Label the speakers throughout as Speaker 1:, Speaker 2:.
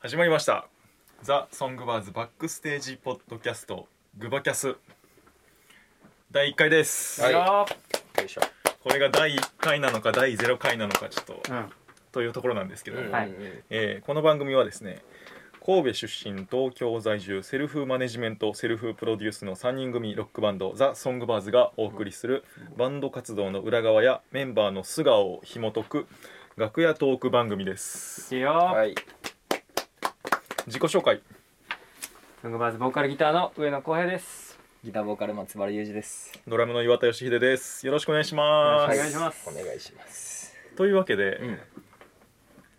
Speaker 1: 始まりました「ザ・ソングバーズバックステージポッドキャストグバキャス」第1回です、
Speaker 2: はい
Speaker 3: よ
Speaker 2: よいしょ。
Speaker 1: これが第1回なのか第0回なのかちょっと、
Speaker 3: うん
Speaker 1: というところなんですけども、
Speaker 3: はい
Speaker 1: えーこの番組はですね神戸出身東京在住セルフマネジメントセルフプロデュースの3人組ロックバンドザ・ソングバーズがお送りするバンド活動の裏側やメンバーの素顔を紐解く楽屋トーク番組です
Speaker 3: いいよ、
Speaker 2: はい。
Speaker 1: 自己紹介
Speaker 3: ロングバーズボーカルギターの上野光平です
Speaker 2: ギターボーカル松原裕二です。
Speaker 1: ドラムの岩田義秀ですよろしくお願いし
Speaker 3: お
Speaker 1: ま
Speaker 3: 願
Speaker 1: す
Speaker 3: いします
Speaker 2: お願いします。
Speaker 1: というわけで、
Speaker 2: うん。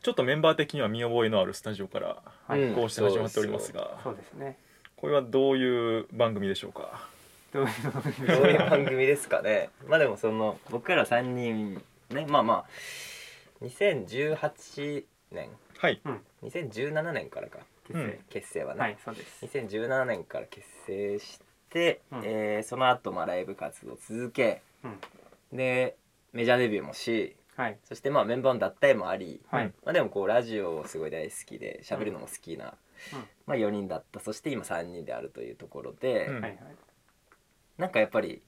Speaker 1: ちょっとメンバー的には見覚えのあるスタジオから
Speaker 3: はい
Speaker 2: うん
Speaker 1: こうして始まっておりますが、
Speaker 3: そうですね
Speaker 1: これはどういう番組でしょうか
Speaker 3: どういう番組
Speaker 2: どういう番組ですか ね。まあでもその僕ら三人ねまあまあ2018年
Speaker 1: はい
Speaker 2: 2017年からか
Speaker 3: 結成
Speaker 2: 結成はね。
Speaker 3: はいそうです
Speaker 2: 2017年から結成して、
Speaker 3: うん
Speaker 2: えーその後まあライブ活動を続け
Speaker 3: うん
Speaker 2: でメジャーデビューもし
Speaker 3: はい
Speaker 2: そしてまあメンバーの脱退もあり、
Speaker 3: はい
Speaker 1: うん
Speaker 2: まあ、でもこうラジオをすごい大好きで喋るのも好きな、
Speaker 3: うん
Speaker 2: まあ、4人だったそして今3人であるというところで、
Speaker 1: うん
Speaker 3: はいはい
Speaker 2: なんかやっぱり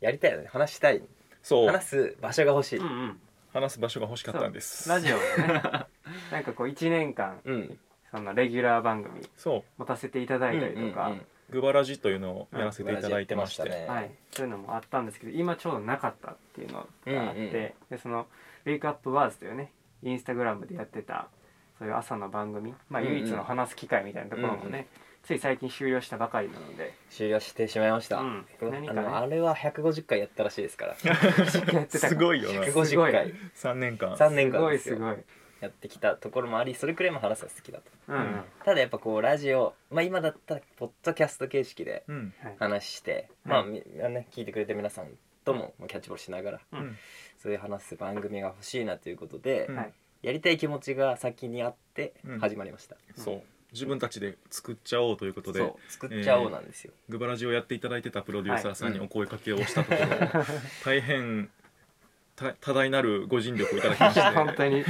Speaker 2: やりたいよね話したい
Speaker 1: そう
Speaker 2: 話す場所が欲しい、
Speaker 3: うんうん
Speaker 1: 話す場所が欲しかったんです
Speaker 3: ラジオで ねなんかこう一年間
Speaker 2: うん、
Speaker 3: そのレギュラー番組
Speaker 1: そ
Speaker 3: 持たせていただいたりと
Speaker 2: う
Speaker 3: か
Speaker 2: んうん
Speaker 1: うグバラジというのをやらせていただいてまして、
Speaker 2: 素晴らしいやってま
Speaker 3: はいそういうのもあったんですけど今ちょうどなかったっていうのがあっ
Speaker 2: う
Speaker 3: て
Speaker 2: んうん
Speaker 3: でその「ウェイクアップワーズ」というねインスタグラムでやってたそういう朝の番組まあ
Speaker 2: うんうん
Speaker 3: 唯一の話す機会みたいなところも
Speaker 2: うんう
Speaker 3: ねつい最近終了したばかりなので
Speaker 2: 終了してしまいました、
Speaker 3: うん
Speaker 2: この
Speaker 3: 何
Speaker 2: あ
Speaker 3: かね
Speaker 2: のあれは150回やったらしいです から
Speaker 3: やって た
Speaker 1: すごいよな
Speaker 3: すごい
Speaker 2: 150回
Speaker 1: 3年間
Speaker 2: 3年
Speaker 3: す
Speaker 2: 間
Speaker 3: ごい
Speaker 2: です
Speaker 3: す
Speaker 2: よ
Speaker 3: ごい。
Speaker 2: やってきたところもありそれくらいも話すの好きだと
Speaker 3: うんうん。
Speaker 2: ただやっぱこうラジオ、まあ、今だったらポッドキャスト形式で
Speaker 1: うん
Speaker 3: はい。
Speaker 2: 話して、
Speaker 3: うん
Speaker 2: まあみあね聞いてくれてる皆さんともまあキャッチボールしながら、
Speaker 3: うん
Speaker 2: そういう話す番組が欲しいなということで、
Speaker 1: うん
Speaker 3: はい
Speaker 2: やりたい気持ちが先にあって
Speaker 1: うん
Speaker 2: 始まりました、
Speaker 1: そう自分たちで作っちゃおうということで
Speaker 2: そう作っちゃおうなんですよ、
Speaker 1: グバラジをやっていただいてたプロデューサーさんに
Speaker 2: はい
Speaker 1: お声かけをしたところ、 大変た多大なるご尽力をいただきまし
Speaker 3: いや本
Speaker 1: て
Speaker 3: 当に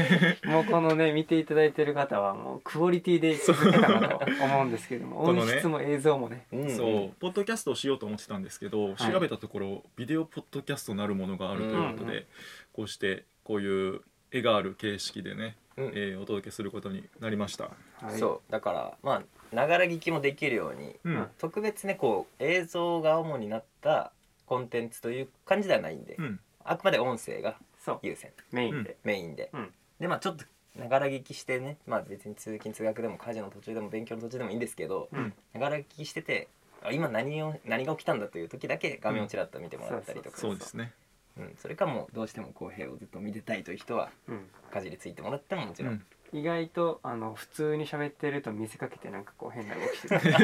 Speaker 3: もうこのね見ていただいてる方はもうクオリティで作ったかなと思うんですけれども
Speaker 1: この
Speaker 3: 音
Speaker 1: ね
Speaker 3: 質も映像もね
Speaker 2: うん
Speaker 1: そうポッドキャストをしようと思ってたんですけど、
Speaker 3: はい
Speaker 1: 調べたところビデオポッドキャストなるものがあるということで、
Speaker 3: うんうん
Speaker 1: こうしてこういう絵がある形式でね、
Speaker 2: うん
Speaker 1: えーお届けすることになりました。
Speaker 3: はい
Speaker 2: そうだからまあながら聞きもできるように
Speaker 1: うん
Speaker 2: 特別ねこう映像が主になったコンテンツという感じではないんで、
Speaker 1: うん
Speaker 2: あくまで音声が
Speaker 3: そう
Speaker 2: 優先
Speaker 3: メインで
Speaker 2: メインで、
Speaker 3: うん
Speaker 2: でまあちょっとながら聞きしてねまあ別に通勤通学でも家事の途中でも勉強の途中でもいいんですけど
Speaker 3: うん
Speaker 2: ながら聞きしててあ今何を何が起きたんだという時だけ画面をちらっと見てもらったりとか、
Speaker 1: そうですね。
Speaker 2: うん、それかもうどうしても公平をずっと見てたいという人は
Speaker 3: うん
Speaker 2: かじりついてもらってももちろん、
Speaker 3: 意外とあの普通に喋ってると見せかけてなんかこう変な動きしてる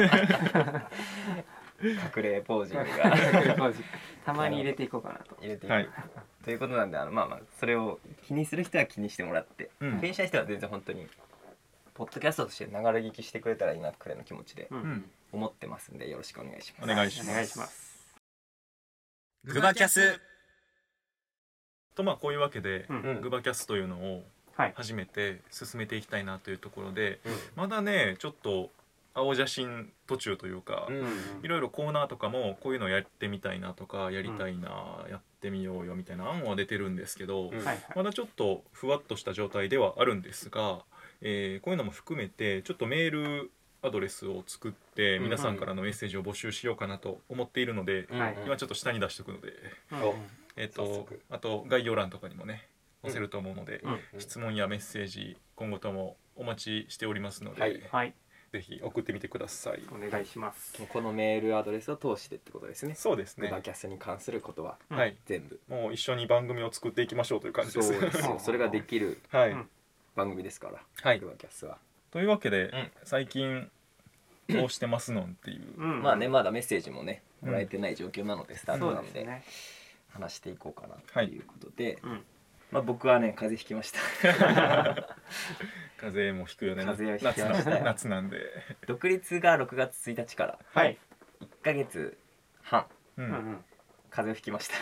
Speaker 2: 隠れポージング が
Speaker 3: たまに入れていこうかなと
Speaker 2: 入れていく、
Speaker 1: はい。
Speaker 2: ということなんであのまあまあそれを気にする人は気にしてもらって、
Speaker 1: うん
Speaker 2: 気にしない人は全然本当にポッドキャストとしてながら聞きしてくれたらいいなくらいの気持ちで
Speaker 3: うん
Speaker 1: うん
Speaker 2: 思ってますんでよろしくお願いします。
Speaker 1: お願いし
Speaker 3: お願いします
Speaker 2: グバキャス
Speaker 1: とまあこういうわけで、
Speaker 3: うん
Speaker 2: うん
Speaker 1: グバキャスというのを
Speaker 3: はい
Speaker 1: 初めて進めていきたいなというところで、
Speaker 2: うん
Speaker 1: まだねちょっと青写真途中というか、
Speaker 2: うん
Speaker 1: いろいろコーナーとかもこういうのやってみたいなとかやりたいな、やってみようよみたいな案は出てるんですけど、
Speaker 2: うん
Speaker 3: はい
Speaker 1: まだちょっとふわっとした状態ではあるんですが、えーこういうのも含めてちょっとメールアドレスを作って
Speaker 2: うん
Speaker 1: 皆さんからのメッセージを募集しようかなと思っているので、
Speaker 3: はい
Speaker 1: 今ちょっと下に出しておくので、
Speaker 3: はい
Speaker 1: えっ
Speaker 2: 早
Speaker 1: と
Speaker 2: 速
Speaker 1: あと概要欄とかにもね載せると思うので、
Speaker 3: うんうん
Speaker 1: 質問やメッセージ今後ともお待ちしておりますので、
Speaker 2: はい
Speaker 3: はい
Speaker 1: ぜひ送ってみてください。
Speaker 3: お願いします
Speaker 2: このメールアドレスを通してってことですね。
Speaker 1: そうです
Speaker 2: グ
Speaker 1: ね
Speaker 2: バキャスに関することは
Speaker 3: うん
Speaker 1: はい
Speaker 2: 全部。
Speaker 1: もう一緒に番組を作っていきましょうという感じです。
Speaker 2: そうですよ。それができる
Speaker 1: はい、
Speaker 3: うん
Speaker 2: 番組ですから。
Speaker 1: はい
Speaker 2: グバキャスは。
Speaker 1: というわけで、
Speaker 2: うん
Speaker 1: 最近どうしてますのんっていうう、
Speaker 3: ん
Speaker 2: まあねまだメッセージもねもらえてない状況なのでスター
Speaker 3: そ
Speaker 2: ト
Speaker 3: う
Speaker 2: な
Speaker 3: で
Speaker 2: の
Speaker 3: す
Speaker 2: で
Speaker 3: ね
Speaker 2: 話していこうかなということで、
Speaker 3: うん
Speaker 2: まあ僕はね風邪ひきました。
Speaker 1: 風邪もひくよね
Speaker 2: 風邪をひ
Speaker 1: 夏
Speaker 2: きました
Speaker 1: な 夏なんで、
Speaker 2: 独立が6月1日から
Speaker 3: はい
Speaker 2: 1ヶ月半
Speaker 1: う
Speaker 3: うんんうん
Speaker 2: 風邪をひきました。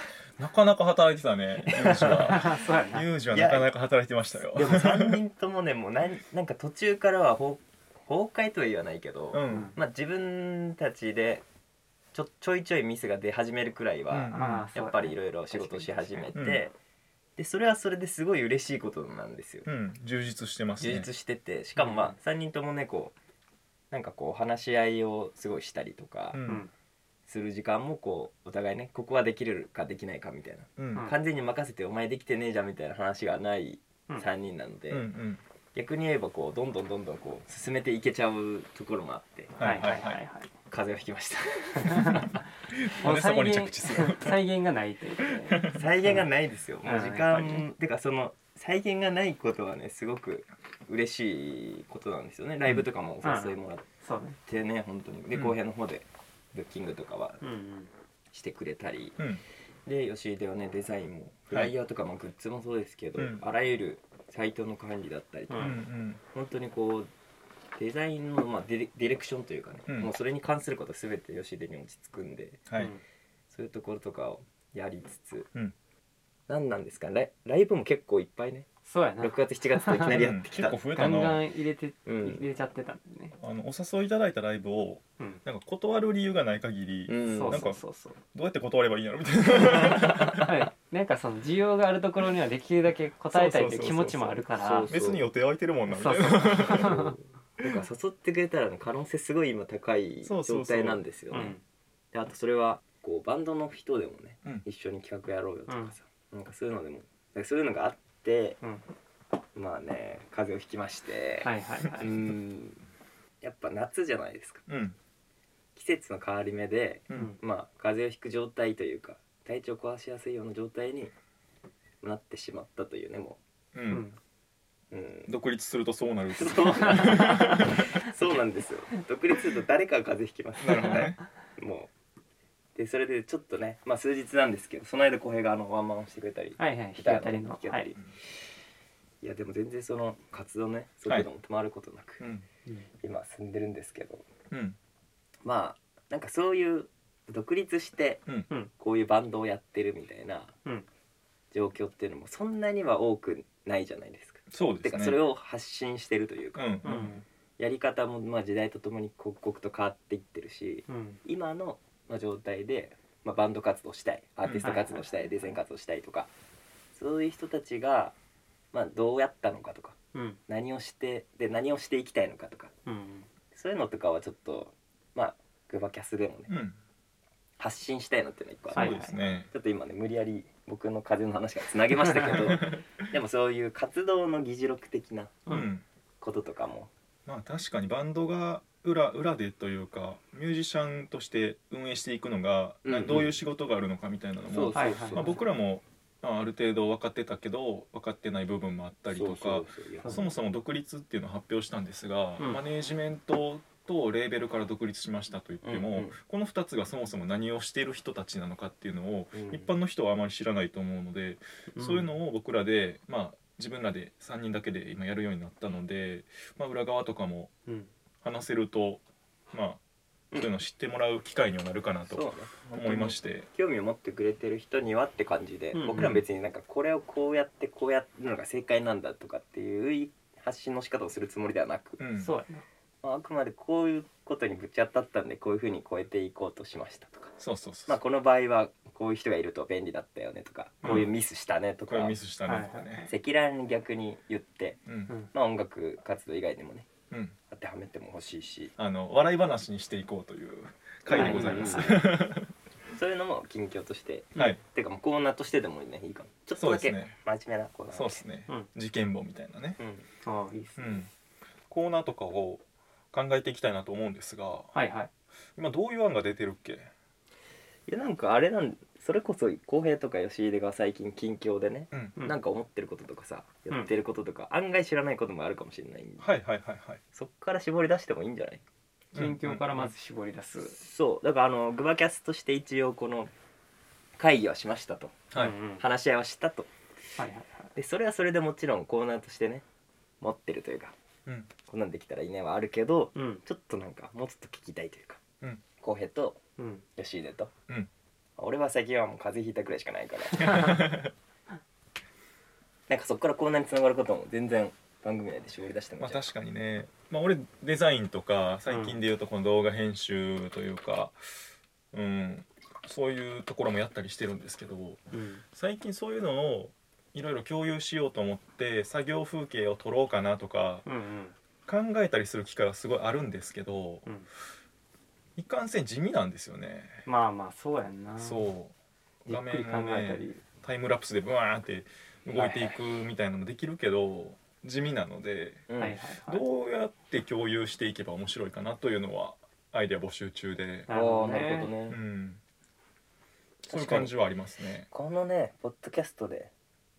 Speaker 1: なかなか働いてたねユージ は
Speaker 3: そうやな
Speaker 1: ユージはなかなか働いてましたよ
Speaker 2: でも3人ともねもうなんなんか途中からは崩崩壊とは言わないけど、
Speaker 1: うん
Speaker 2: まあ自分たちでちょちょいちょいミスが出始めるくらいは、
Speaker 1: うん
Speaker 3: まあそう
Speaker 2: やっぱりいろいろ仕事し始めて、
Speaker 1: うん
Speaker 2: でそれはそれですごい嬉しいことなんですよ、
Speaker 1: うん充実してます
Speaker 2: 充
Speaker 1: ね
Speaker 2: 実しててしかもまあ3人ともねこうなんかこう話し合いをすごいしたりとか
Speaker 1: うん
Speaker 3: うん
Speaker 2: する時間もこうお互いねここはできるかできないかみたいな、
Speaker 1: うん
Speaker 3: うん
Speaker 2: 完全に任せてお前できてねえじゃんみたいな話がない
Speaker 3: うん
Speaker 2: 3人なので、
Speaker 1: うんうん
Speaker 2: 逆に言えばこうどんどんどんどんこう進めていけちゃうところもあって
Speaker 3: はいはいはいはい
Speaker 2: 風邪をひきました
Speaker 1: なんでそこに着地するの
Speaker 3: 再現が ないというかね
Speaker 2: 再現がないですよ
Speaker 3: うん
Speaker 2: もう時
Speaker 3: やっぱ
Speaker 2: 間、
Speaker 3: りね
Speaker 2: てかその再現がないことはねすごく嬉しいことなんですよねライブとかもお誘いもらっ
Speaker 3: そうね
Speaker 2: てね、本当にで
Speaker 1: うん
Speaker 2: 後編の方でブッキングとかは
Speaker 3: うんうん
Speaker 2: してくれたり
Speaker 1: うん
Speaker 2: で吉井ではねデザインもフライヤーとか、まあ、グッズもそうですけど、
Speaker 1: うん
Speaker 2: あらゆるサイトの管理だったりとか、
Speaker 1: う
Speaker 3: うんん
Speaker 2: 本当にこうデザインの、まあ、ディレディレクションというかね、
Speaker 1: うん
Speaker 2: もうそれに関すること全て吉出に落ち着くんで
Speaker 1: は
Speaker 3: う
Speaker 1: い
Speaker 3: ん
Speaker 2: そういうところとかをやりつつ、
Speaker 1: うん
Speaker 2: 何なんですかライライブも結構いっぱいね
Speaker 3: そうやな
Speaker 2: 6月7月といきなりやってきた、
Speaker 1: うん結構増え
Speaker 3: ガ
Speaker 1: た
Speaker 3: ンガ
Speaker 1: な
Speaker 3: ン入れて
Speaker 2: うん
Speaker 3: 入れちゃってたんでね
Speaker 1: あのお誘いいただいたライブを
Speaker 3: うん
Speaker 1: なんか断る理由がない限り
Speaker 2: う
Speaker 1: ど
Speaker 2: ん、
Speaker 3: そう
Speaker 1: なん
Speaker 3: そ
Speaker 1: か
Speaker 3: うそうそう
Speaker 1: うやって断ればいいんやろみたいな
Speaker 3: はいなんかその需要があるところにはできるだけ応えたいという気持ちもあるから
Speaker 2: そうそうそうそう
Speaker 1: 別に予定空いてるもんなみ
Speaker 3: そ
Speaker 1: た
Speaker 3: う
Speaker 1: いな
Speaker 3: そう
Speaker 2: そうなんか誘ってくれたらね可能性すごい今高い
Speaker 1: そうそうそう
Speaker 2: 状態なんですよ
Speaker 3: う
Speaker 2: ね
Speaker 3: ん
Speaker 2: であとそれはこうバンドの人でもね、
Speaker 1: うん
Speaker 2: 一緒に企画やろうよとかさ、なんかそういうのでもなんかそういうのがあって
Speaker 3: うん
Speaker 2: まあね風邪をひきまして、
Speaker 3: はいはいは
Speaker 2: う
Speaker 3: い
Speaker 2: んやっぱ夏じゃないですか
Speaker 1: うん
Speaker 2: 季節の変わり目で
Speaker 1: う
Speaker 3: うんん
Speaker 2: まあ風邪をひく状態というか体調壊しやすいような状態になってしまったというねも
Speaker 1: う
Speaker 3: うんん
Speaker 2: う、うん、
Speaker 1: 独立するとそうなるって
Speaker 2: そ
Speaker 1: こ
Speaker 2: う そうなんですよ独立すると誰かが風邪ひきます
Speaker 1: と なるほどね
Speaker 2: もうでそれでちょっとねまあ数日なんですけどその間浩平があのワンマンをしてくれたり
Speaker 3: はいはい
Speaker 2: ギ
Speaker 3: 弾
Speaker 2: タ
Speaker 3: き
Speaker 2: ーの
Speaker 3: 語りの
Speaker 2: 弾き語り
Speaker 3: はい
Speaker 2: いやでも全然その活動ね
Speaker 1: はい
Speaker 2: 速度も止まることなく、
Speaker 1: うん
Speaker 2: 今進んでるんですけど
Speaker 1: うん
Speaker 2: まあなんかそういう独立して
Speaker 1: うん
Speaker 3: うん
Speaker 2: こういうバンドをやってるみたいな
Speaker 3: うん
Speaker 2: 状況っていうのもそんなには多くないじゃないですか。
Speaker 1: そう
Speaker 2: て
Speaker 1: です
Speaker 2: か
Speaker 1: ね
Speaker 2: それを発信してるという
Speaker 1: う
Speaker 2: か、
Speaker 1: ん
Speaker 3: う
Speaker 1: うん
Speaker 3: ん
Speaker 2: やり方もまあ時代とともに刻々と変わっていってるし
Speaker 3: うん
Speaker 2: 今のまあ状態で、まあ、バンド活動したいアーティスト活動したい、デザイン活動したいとかそういう人たちが、まあ、どうやったのかとか
Speaker 3: うん
Speaker 2: 何をしてで何をしていきたいのかとか
Speaker 3: うん
Speaker 2: そういうのとかはちょっとまあグバキャスでもね
Speaker 1: うん
Speaker 2: 発信したいのっていうのは一個ある
Speaker 1: そうですね
Speaker 2: ちょっと今ね無理やり僕の風邪の話からつなげました けどでもそういう活動の議事録的な
Speaker 1: う
Speaker 3: うん
Speaker 1: ん
Speaker 2: こととかも
Speaker 1: まあ確かにバンドが裏裏でというかミュージシャンとして運営していくのが、
Speaker 2: うんうん
Speaker 1: どういう仕事があるのかみたいなのも、
Speaker 3: はいはい
Speaker 1: まあ、僕らも、まあ、ある程度分かってたけど分かってない部分もあったりとかそ
Speaker 2: そうそうそういや
Speaker 1: もそも独立っていうのを発表したんですが、
Speaker 3: うん
Speaker 1: マネージメントとレーベルから独立しましたと言っても、
Speaker 2: うんうん
Speaker 1: この2つがそもそも何をしている人たちなのかっていうのを、
Speaker 2: うん
Speaker 1: 一般の人はあまり知らないと思うので、そういうのを僕らでまあ自分らで3人だけで今やるようになったので、まあ、裏側とかも
Speaker 3: うん
Speaker 1: 話せるとまあそういうのを知ってもらう機会にはなるかな
Speaker 2: そうね
Speaker 1: と思いまして
Speaker 2: 興味を持ってくれてる人にはって感じで、
Speaker 3: うんうん
Speaker 2: 僕ら別になんかこれをこうやってこうやるのが正解なんだとかっていう発信の仕方をするつもりではなく、
Speaker 1: うん
Speaker 3: そうやな
Speaker 2: まあ、あくまでこういうことにぶち当たったんでこういうふうに超えていこうとしましたとか、
Speaker 1: そうそうそ
Speaker 2: ま
Speaker 1: う
Speaker 2: あ、この場合はこういう人がいると便利だったよねとか、
Speaker 1: うん
Speaker 2: こういうミスしたねと
Speaker 1: こ
Speaker 2: か
Speaker 1: れミスしたねとかね
Speaker 2: 赤裸々に逆に言って、
Speaker 1: うん
Speaker 3: ん
Speaker 2: まあ、音楽活動以外にもね
Speaker 1: うん
Speaker 2: 当てはめても欲しいし
Speaker 1: あの笑い話にしていこうという回でございます
Speaker 2: うんうんうんそういうのも近況として
Speaker 1: はい
Speaker 2: ていうかもうコーナーとしてでもねいいかもちょっとだけ
Speaker 1: そう
Speaker 2: 真
Speaker 1: ですね
Speaker 2: 面目なコーナー
Speaker 1: そうですね
Speaker 3: うん
Speaker 1: 事件簿みたいなね
Speaker 2: うん
Speaker 3: ああいいっす
Speaker 1: う
Speaker 3: ね
Speaker 1: んコーナーとかを考えていきたいなと思うんですが
Speaker 3: はいはい
Speaker 1: 今どういう案が出てるっけ
Speaker 2: いやなんかあれなんそれこそ浩平とか吉出が最近近況でね、
Speaker 1: うん
Speaker 3: うん
Speaker 2: なんか思ってることとかさ
Speaker 3: うん
Speaker 2: やってることとか、案外知らないこともあるかもしれないんで
Speaker 1: はいはいはいはい
Speaker 2: そっから絞り出してもいいんじゃない
Speaker 3: 近況からまず絞り出す
Speaker 2: そうだからあのグバキャスとして一応この会議はしましたと
Speaker 1: はい
Speaker 3: うんうんはい
Speaker 2: 話し合いはしたと
Speaker 3: はいはい
Speaker 2: でそれはそれでもちろんコーナーとしてね持ってるというか
Speaker 1: うん
Speaker 2: こんなんできたらいいねはあるけど
Speaker 3: うん
Speaker 2: ちょっとなんかもうちょっと聞きたいというか
Speaker 1: うん
Speaker 2: 浩平と
Speaker 3: うん
Speaker 2: 吉出と、
Speaker 1: うん
Speaker 2: あ俺は最近はもう風邪ひいたくらいしかないから なんかそっからこんなに繋がることも全然番組内で絞り出して
Speaker 1: ま
Speaker 2: も
Speaker 1: あ
Speaker 2: らっ
Speaker 1: 確かにね、まあ、俺デザインとか最近で言うとこの動画編集というか、うんそういうところもやったりしてるんですけど
Speaker 3: うん
Speaker 1: 最近そういうのをいろいろ共有しようと思って作業風景を撮ろうかなとか
Speaker 3: うんうん
Speaker 1: 考えたりする機会はすごいあるんですけど
Speaker 3: うん
Speaker 1: いかんせん地味なんですよね。
Speaker 3: まあまあそうやんな
Speaker 1: そう
Speaker 3: じっ
Speaker 1: 画
Speaker 3: くり
Speaker 1: 面
Speaker 3: 考
Speaker 1: を
Speaker 3: えた
Speaker 1: ね
Speaker 3: り
Speaker 1: タイムラプスでブワーンって動いていくみたいなのもできるけど地味なので
Speaker 2: て、うん
Speaker 3: はいはいはい
Speaker 1: どうやって共有していけば面白いかなというのはアイデア募集中で、
Speaker 3: なるほど
Speaker 2: あーなるほど
Speaker 3: ね
Speaker 1: う
Speaker 2: ね、
Speaker 1: ん、そういう感じはありますね。
Speaker 2: このねポッドキャストで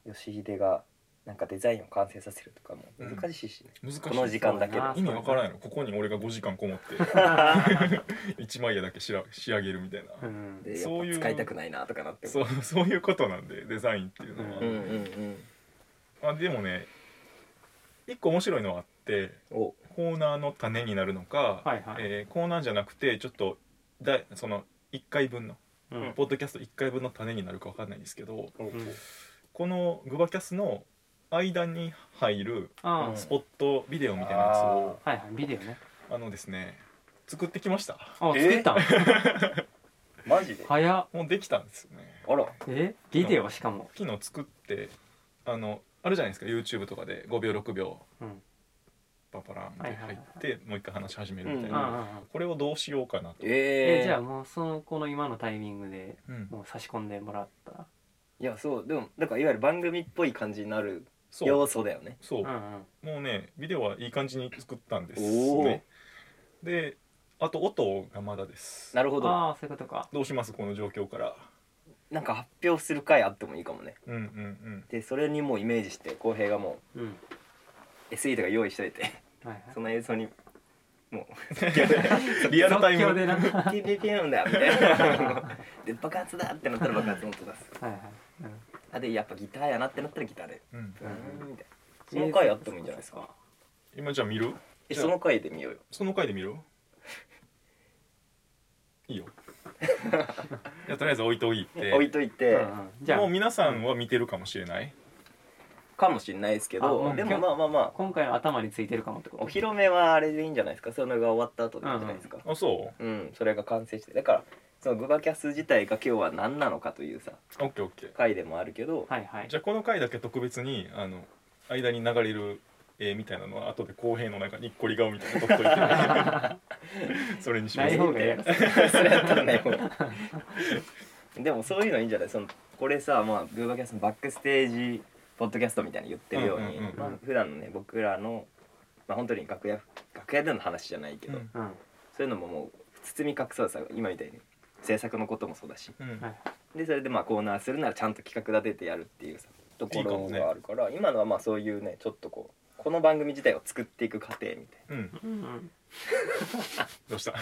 Speaker 2: 吉秀がなんかデザインを完成させるとかも難しいしね、
Speaker 1: 難しい
Speaker 2: この時間だけで
Speaker 3: そうだな
Speaker 1: 意味わからないのここに俺が5時間こもって 一枚絵だけしら仕上げるみたいな、
Speaker 3: うん
Speaker 2: でやっ
Speaker 1: そういう
Speaker 2: ぱ使いたくないなとかなっても
Speaker 1: そうそういうことなんでデザインっていうのは、
Speaker 3: うん
Speaker 2: うんうんうん
Speaker 1: まあ、でもね一個面白いのはあって
Speaker 2: お
Speaker 1: コーナーの種になるのか、
Speaker 3: はいはい
Speaker 1: えーコーナーじゃなくてちょっとだいその1回分の
Speaker 3: うん
Speaker 1: ポッドキャスト1回分の種になるかわかんないんですけど
Speaker 2: お、
Speaker 3: うん
Speaker 1: このグバキャスの間に入る
Speaker 3: あ
Speaker 2: うん
Speaker 1: スポットビデオみたいなやつを
Speaker 3: あはいはいビデオね
Speaker 1: あのですね作ってきました
Speaker 3: あ
Speaker 2: え
Speaker 3: 作ったん
Speaker 2: マジで
Speaker 3: 早っ
Speaker 1: もうできたんですよね
Speaker 2: あら
Speaker 3: えビデオしかも
Speaker 1: 昨日作ってあのあるじゃないですか YouTube とかで5秒6秒
Speaker 3: うん
Speaker 1: パパランって
Speaker 3: はいはいは
Speaker 1: 入
Speaker 3: い
Speaker 1: ってもう一回話し始めるみたい
Speaker 3: うんうんう
Speaker 1: なんこれをどうしようかなと、
Speaker 2: え
Speaker 3: え
Speaker 2: ー、
Speaker 3: じゃあもうそのこの今のタイミングで
Speaker 1: うん
Speaker 3: もう差し込んでもらったら
Speaker 2: いやそうでもなんかいわゆる番組っぽい感じになる
Speaker 1: そ
Speaker 2: 要
Speaker 1: う
Speaker 2: 素だよね
Speaker 1: そう、
Speaker 3: うんうん
Speaker 1: もうねビデオはいい感じに作ったんです
Speaker 2: おー
Speaker 1: ねであと音がまだです
Speaker 2: なるほど
Speaker 3: ああそういうことか
Speaker 1: どうしますこの状況から
Speaker 2: なんか発表する回あってもいいかもね
Speaker 1: うんうんうん
Speaker 2: でそれにもうイメージして浩平がも
Speaker 3: うん
Speaker 2: う SE とか用意しといて
Speaker 3: はい
Speaker 2: その映像にもう
Speaker 1: リアルタ
Speaker 3: はい
Speaker 1: イ
Speaker 3: 即興
Speaker 1: ム
Speaker 3: でなはいは
Speaker 2: ピンピンピンだみたいなで爆発だってなったら爆発の音出す
Speaker 3: いうん
Speaker 2: あでやっぱギターやなってなったらギターで
Speaker 1: うん
Speaker 2: う
Speaker 3: うん
Speaker 2: んみたいなその回あってもいいんじゃないですか
Speaker 1: 今じゃあ見る
Speaker 2: えその回で見ようよ
Speaker 1: その回で見るいいよいやとりあえず置いておいて
Speaker 2: 置いといて、
Speaker 3: うんうんじゃあ
Speaker 1: もう皆さんは見てるかもしれない
Speaker 2: かもしれないですけ
Speaker 3: あ
Speaker 2: ど、
Speaker 3: うん
Speaker 2: でもまあまあまあ
Speaker 3: 今回の頭についてるかもってこと
Speaker 2: お披露目はあれでいいんじゃないですかそのが終わった後でいいんじゃないですか
Speaker 1: あそ
Speaker 2: うん、それが完成してだからそのグバキャス自体が今日は何なのかというさ
Speaker 1: うオッケーオッケ
Speaker 2: 回でもあるけど、
Speaker 3: はいはい
Speaker 1: ーじゃあこの回だけ特別にあの間に流れる絵みたいなのは後で公平の中にっこり顔みたいなの撮っとい てそれにしま
Speaker 3: な
Speaker 1: す
Speaker 3: い方がやらせ
Speaker 2: それやったらねもうでもそういうのいいんじゃないそのこれさ、まあ、グーバキャストのバックステージポッドキャストみたいに言ってるように、
Speaker 1: うんうんうん
Speaker 2: まあ、普段のね僕らの、まあ本当に楽屋楽屋での話じゃないけど、
Speaker 1: うん
Speaker 3: うんはい
Speaker 2: そういうのももう包み隠さずさ今みたいに制作のこともそうだし
Speaker 1: うん
Speaker 3: はい
Speaker 2: でそれでまあコーナーするならちゃんと企画立ててやるっていうさところがあるから今のはまあそういうねちょっとこうこの番組自体を作っていく過程みたいな
Speaker 1: うん
Speaker 3: うんうん
Speaker 1: どうした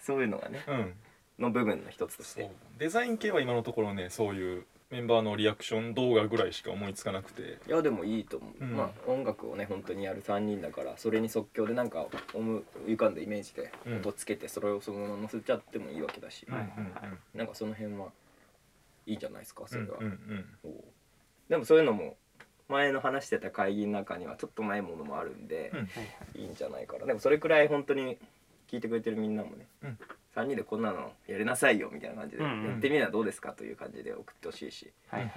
Speaker 2: そういうのがね
Speaker 1: うん
Speaker 2: の部分の一つとし
Speaker 1: そう
Speaker 2: て
Speaker 1: デザイン系は今のところねそういうメンバーのリアクション動画ぐらいしか思いつかなくて
Speaker 2: いやでもいいと思う、
Speaker 1: うん
Speaker 2: まあ音楽をね本当にやる3人だからそれに即興でなんか思う浮かんだイメージで
Speaker 1: うん
Speaker 2: 音つけてそれをそのまま載せちゃってもいいわけだし、
Speaker 1: うんうん
Speaker 2: なんかその辺はいいじゃないですかそ
Speaker 1: うん
Speaker 2: れは、
Speaker 1: うんうん
Speaker 2: おうでもそういうのも前の話してた会議の中にはちょっとないものもあるんで、
Speaker 1: うん
Speaker 3: はい
Speaker 2: いいんじゃないかなでもそれくらい本当に聞いてくれてるみんなもね、
Speaker 1: うん
Speaker 2: 3人でこんなのやりなさいよみたいな感じで、
Speaker 3: うんうん
Speaker 2: やってみるのはどうですかという感じで送ってほしいし、
Speaker 3: はいはい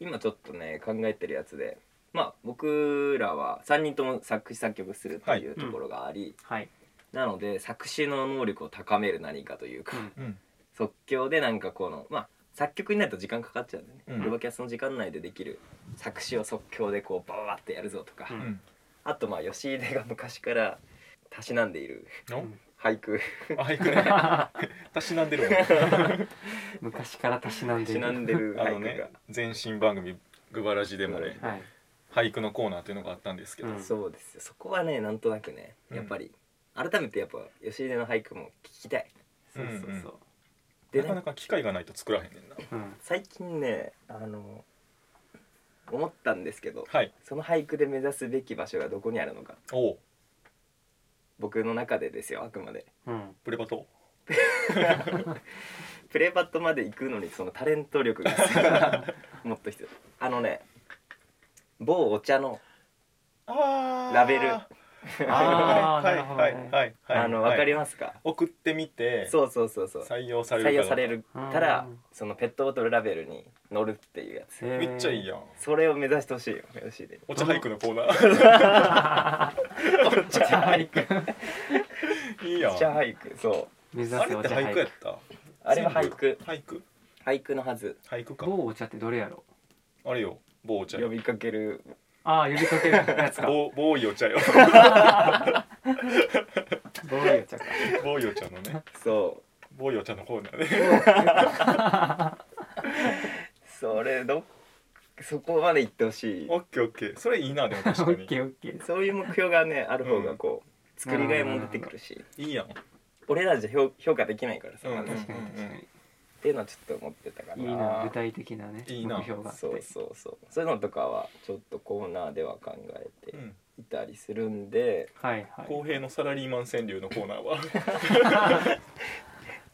Speaker 2: 今ちょっとね考えてるやつでまあ僕らは3人とも作詞作曲するという
Speaker 3: はい
Speaker 2: ところがあり、
Speaker 3: はい
Speaker 2: なので作詞の能力を高める何かというか、
Speaker 3: うん
Speaker 1: うん
Speaker 2: 即興でなんかこのまあ作曲になると時間かかっちゃうんでね、
Speaker 1: うん
Speaker 2: ルバキャスの時間内でできる作詞を即興でこうバババってやるぞとか、
Speaker 3: うん
Speaker 1: うん
Speaker 2: あとまあ吉井出が昔からたしなんでいる
Speaker 1: の
Speaker 3: うん
Speaker 2: 俳句
Speaker 1: あ俳 句ねたしなんでるもん
Speaker 3: 昔からたしなん
Speaker 2: た
Speaker 3: で
Speaker 2: し
Speaker 3: いる
Speaker 2: なんで る
Speaker 1: あの
Speaker 2: 俳句が、
Speaker 1: ね前身番組「グバラジ」でもね
Speaker 3: はい
Speaker 1: 俳句のコーナーというのがあったんですけど、
Speaker 3: うん
Speaker 2: そうですよそこはねなんとなくねやっぱり、改めてやっぱ吉井出の俳句も聞きたい
Speaker 3: そうそうそう
Speaker 2: で
Speaker 1: なか
Speaker 2: ね
Speaker 1: なか機会がないと作らへんねんな
Speaker 3: うん
Speaker 2: 最近ねあの思ったんですけど
Speaker 1: はい
Speaker 2: その俳句で目指すべき場所がどこにあるのか
Speaker 1: おう
Speaker 2: 僕の中でですよあくまで
Speaker 3: うん
Speaker 1: プレバト
Speaker 2: プレイパッドまで行くのにそのタレント力が さもっと必要あのね某お茶の
Speaker 1: あー
Speaker 2: ラベル
Speaker 1: あー
Speaker 3: あー
Speaker 1: はいはい
Speaker 3: なるほどね
Speaker 1: はいはい
Speaker 2: あの
Speaker 1: はい
Speaker 2: わかりますか
Speaker 1: 送ってみて
Speaker 2: そうそうそうそう
Speaker 1: 採用される
Speaker 2: 採
Speaker 1: かど
Speaker 2: 用
Speaker 1: うか
Speaker 2: されるから
Speaker 3: うん
Speaker 2: そのペットボトルラベルに乗るっていうやつ
Speaker 1: めっちゃいいやん
Speaker 2: それを目指してほしいよ 吉井で
Speaker 1: お茶俳句のコーナ ー
Speaker 2: お茶俳句
Speaker 1: いいやん
Speaker 2: お茶俳句そう
Speaker 3: 目指せ
Speaker 1: あれっ
Speaker 3: お
Speaker 1: て
Speaker 3: 茶
Speaker 1: 俳
Speaker 3: 俳
Speaker 1: 句やっ
Speaker 3: 句
Speaker 1: た
Speaker 2: あれは俳
Speaker 1: 全
Speaker 2: 句
Speaker 1: 部俳句
Speaker 2: 俳句のはず
Speaker 1: 俳句か
Speaker 3: 某お茶ってどれやろ
Speaker 1: あれよ某お茶
Speaker 2: 呼びかける
Speaker 3: ああ呼びかけるやつか
Speaker 1: 某某いお茶 よ
Speaker 3: どういうお茶か
Speaker 1: 某いお茶のね
Speaker 2: そう
Speaker 1: 某いお茶のコーナーね
Speaker 2: それどそこまで行ってほしい
Speaker 1: オッケーオッケーそれいいなでも確
Speaker 3: オ
Speaker 1: か
Speaker 3: ッ
Speaker 1: に
Speaker 3: ケーオッケー
Speaker 2: そういう目標がねある方がこう、作りがいも出てくるし
Speaker 1: いいやん
Speaker 2: 俺らじゃ評評価できないからさ、
Speaker 1: うん
Speaker 2: あ
Speaker 1: う
Speaker 2: の
Speaker 1: ん
Speaker 2: っ
Speaker 3: 確かに確かに
Speaker 2: ていうのはちょっと思ってたから
Speaker 3: いいな具体的なね
Speaker 1: いいな
Speaker 3: 目標があって
Speaker 2: そうそうそうそういうのとかはちょっとコーナーでは考えて
Speaker 1: うん
Speaker 2: いたりするんで、
Speaker 3: はいはい
Speaker 1: 公平のサラリーマン川柳のコーナーは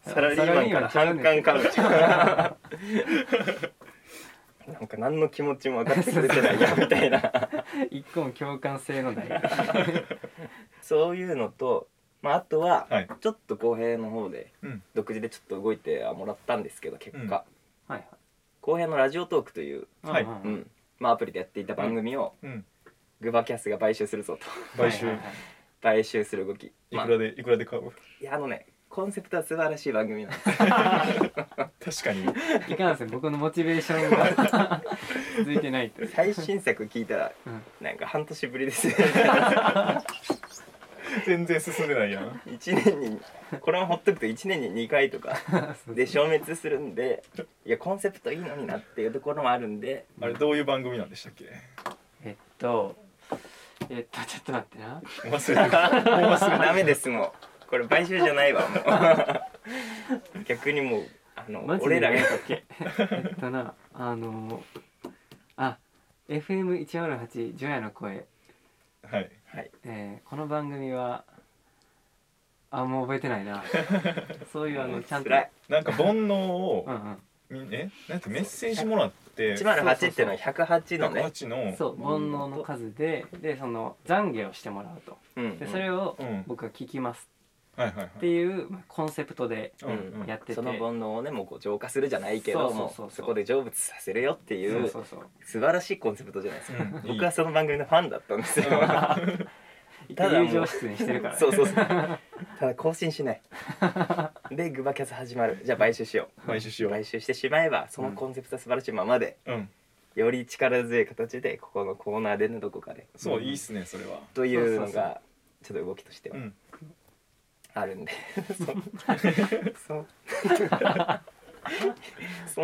Speaker 2: サラリーマンから
Speaker 3: サラリ
Speaker 2: 反
Speaker 3: ーマ
Speaker 2: 感
Speaker 3: ン
Speaker 2: かぶっちゃう なんか何の気持ちも分かってくれてないやみたいな
Speaker 3: 一個も共感性のない
Speaker 2: そういうのと、まあ、あとは
Speaker 1: はい
Speaker 2: ちょっと公平の方で
Speaker 1: うん
Speaker 2: 独自でちょっと動いてはもらったんですけど結
Speaker 1: うん
Speaker 2: 果
Speaker 3: はい
Speaker 2: 公平のラジオトークという、
Speaker 3: は
Speaker 1: はいい
Speaker 2: うん
Speaker 3: うん
Speaker 2: まあ、アプリでやっていた番組を
Speaker 1: うん
Speaker 2: グバキャスが買収するぞと
Speaker 1: 買収
Speaker 3: はいはい
Speaker 2: 買収する動き、
Speaker 1: い
Speaker 2: まあ
Speaker 1: く、らでいくらで買う
Speaker 2: いやあのねコンセプトは素晴らしい番 組なんです
Speaker 1: 確かに
Speaker 3: はいいかんせん僕のモチベーションが続いてないという
Speaker 2: 最新作聞いたら
Speaker 3: うん
Speaker 2: なんか半年ぶ りですね
Speaker 1: 全然進んでないやん
Speaker 2: 一年にこれもほっとくと1年に2回と かで消滅するんでいやコンセプトいいのになっていうところもあるんで
Speaker 1: あれどういう番組なんでしたっけ
Speaker 3: えっとえっとちょっと待ってな
Speaker 1: 忘れてる
Speaker 2: ダメですもうこれ買収じゃないわもう逆にもうあの
Speaker 3: マジで
Speaker 2: 俺らが
Speaker 3: 何だっけえっとなあのあ FM108 ジョヤの声、
Speaker 1: はい
Speaker 3: えーこの番組はあもう覚えてないなそういうあのちゃんと
Speaker 2: 辛い
Speaker 1: なんか煩悩を
Speaker 3: う
Speaker 1: み
Speaker 3: ん
Speaker 1: えなんてメッセージもらって
Speaker 2: 108っていうのは108のね
Speaker 1: 108の
Speaker 3: うん、そう煩悩の数ででその懺悔をしてもらうと
Speaker 2: うんうん
Speaker 3: でそれを
Speaker 1: うん
Speaker 3: 僕は聞きます
Speaker 1: はいはいはい
Speaker 3: っていうまあコンセプトで
Speaker 1: うんうん
Speaker 3: やってて
Speaker 2: その煩悩をねもうこう浄化するじゃないけど
Speaker 3: そうそう
Speaker 2: も
Speaker 3: そうそう
Speaker 2: うそこで成仏させるよってい
Speaker 3: そう
Speaker 2: う
Speaker 3: そうそう
Speaker 2: 素晴らしいコンセプトじゃないですか
Speaker 1: うんいい
Speaker 2: 僕はその番組のファンだったんです よただもう
Speaker 3: 友情出演してるから ね
Speaker 2: そうそうそうただ更新 しないでグバキャス始まるじゃあ買収しよ
Speaker 1: 買収し
Speaker 2: う
Speaker 1: よ
Speaker 2: 買収してしまえばそのコンセプトは素晴らしいままで
Speaker 1: ううん
Speaker 2: より力強い形でここのコーナーでのどこかで
Speaker 1: そういいっすねそれは
Speaker 2: というの
Speaker 3: そうそうそう
Speaker 2: がちょっと動きとしては
Speaker 1: うん
Speaker 2: あるんでそうそう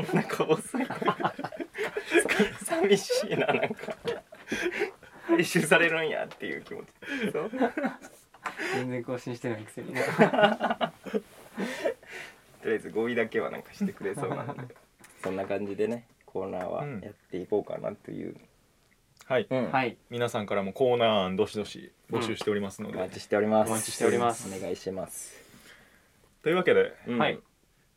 Speaker 2: そんなこぼす寂しいななんか回収されるんやっていう気持ちそう
Speaker 3: 全然更新してないくせにな
Speaker 2: とりあえずゴミだけはなんかしてくれそうなのでそんな感じでねコーナーは
Speaker 1: うん
Speaker 2: やっていこうかなという、
Speaker 1: はい
Speaker 2: うん
Speaker 3: はい
Speaker 1: 皆さんからもコーナー案どしどし募集しておりますの
Speaker 2: お
Speaker 1: で、
Speaker 2: 待ちしております
Speaker 3: お待ちしております
Speaker 2: お願いします、
Speaker 1: というわけで、
Speaker 2: うん
Speaker 3: はい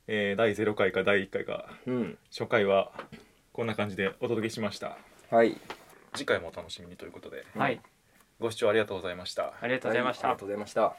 Speaker 1: えー第0回か第1回か
Speaker 2: うん
Speaker 1: 初回はこんな感じでお届けしました
Speaker 2: はい
Speaker 1: 次回もお楽しみにということで
Speaker 3: はい
Speaker 1: ご視聴ありがとうございました
Speaker 3: ありがとうございました
Speaker 2: ありがとうございました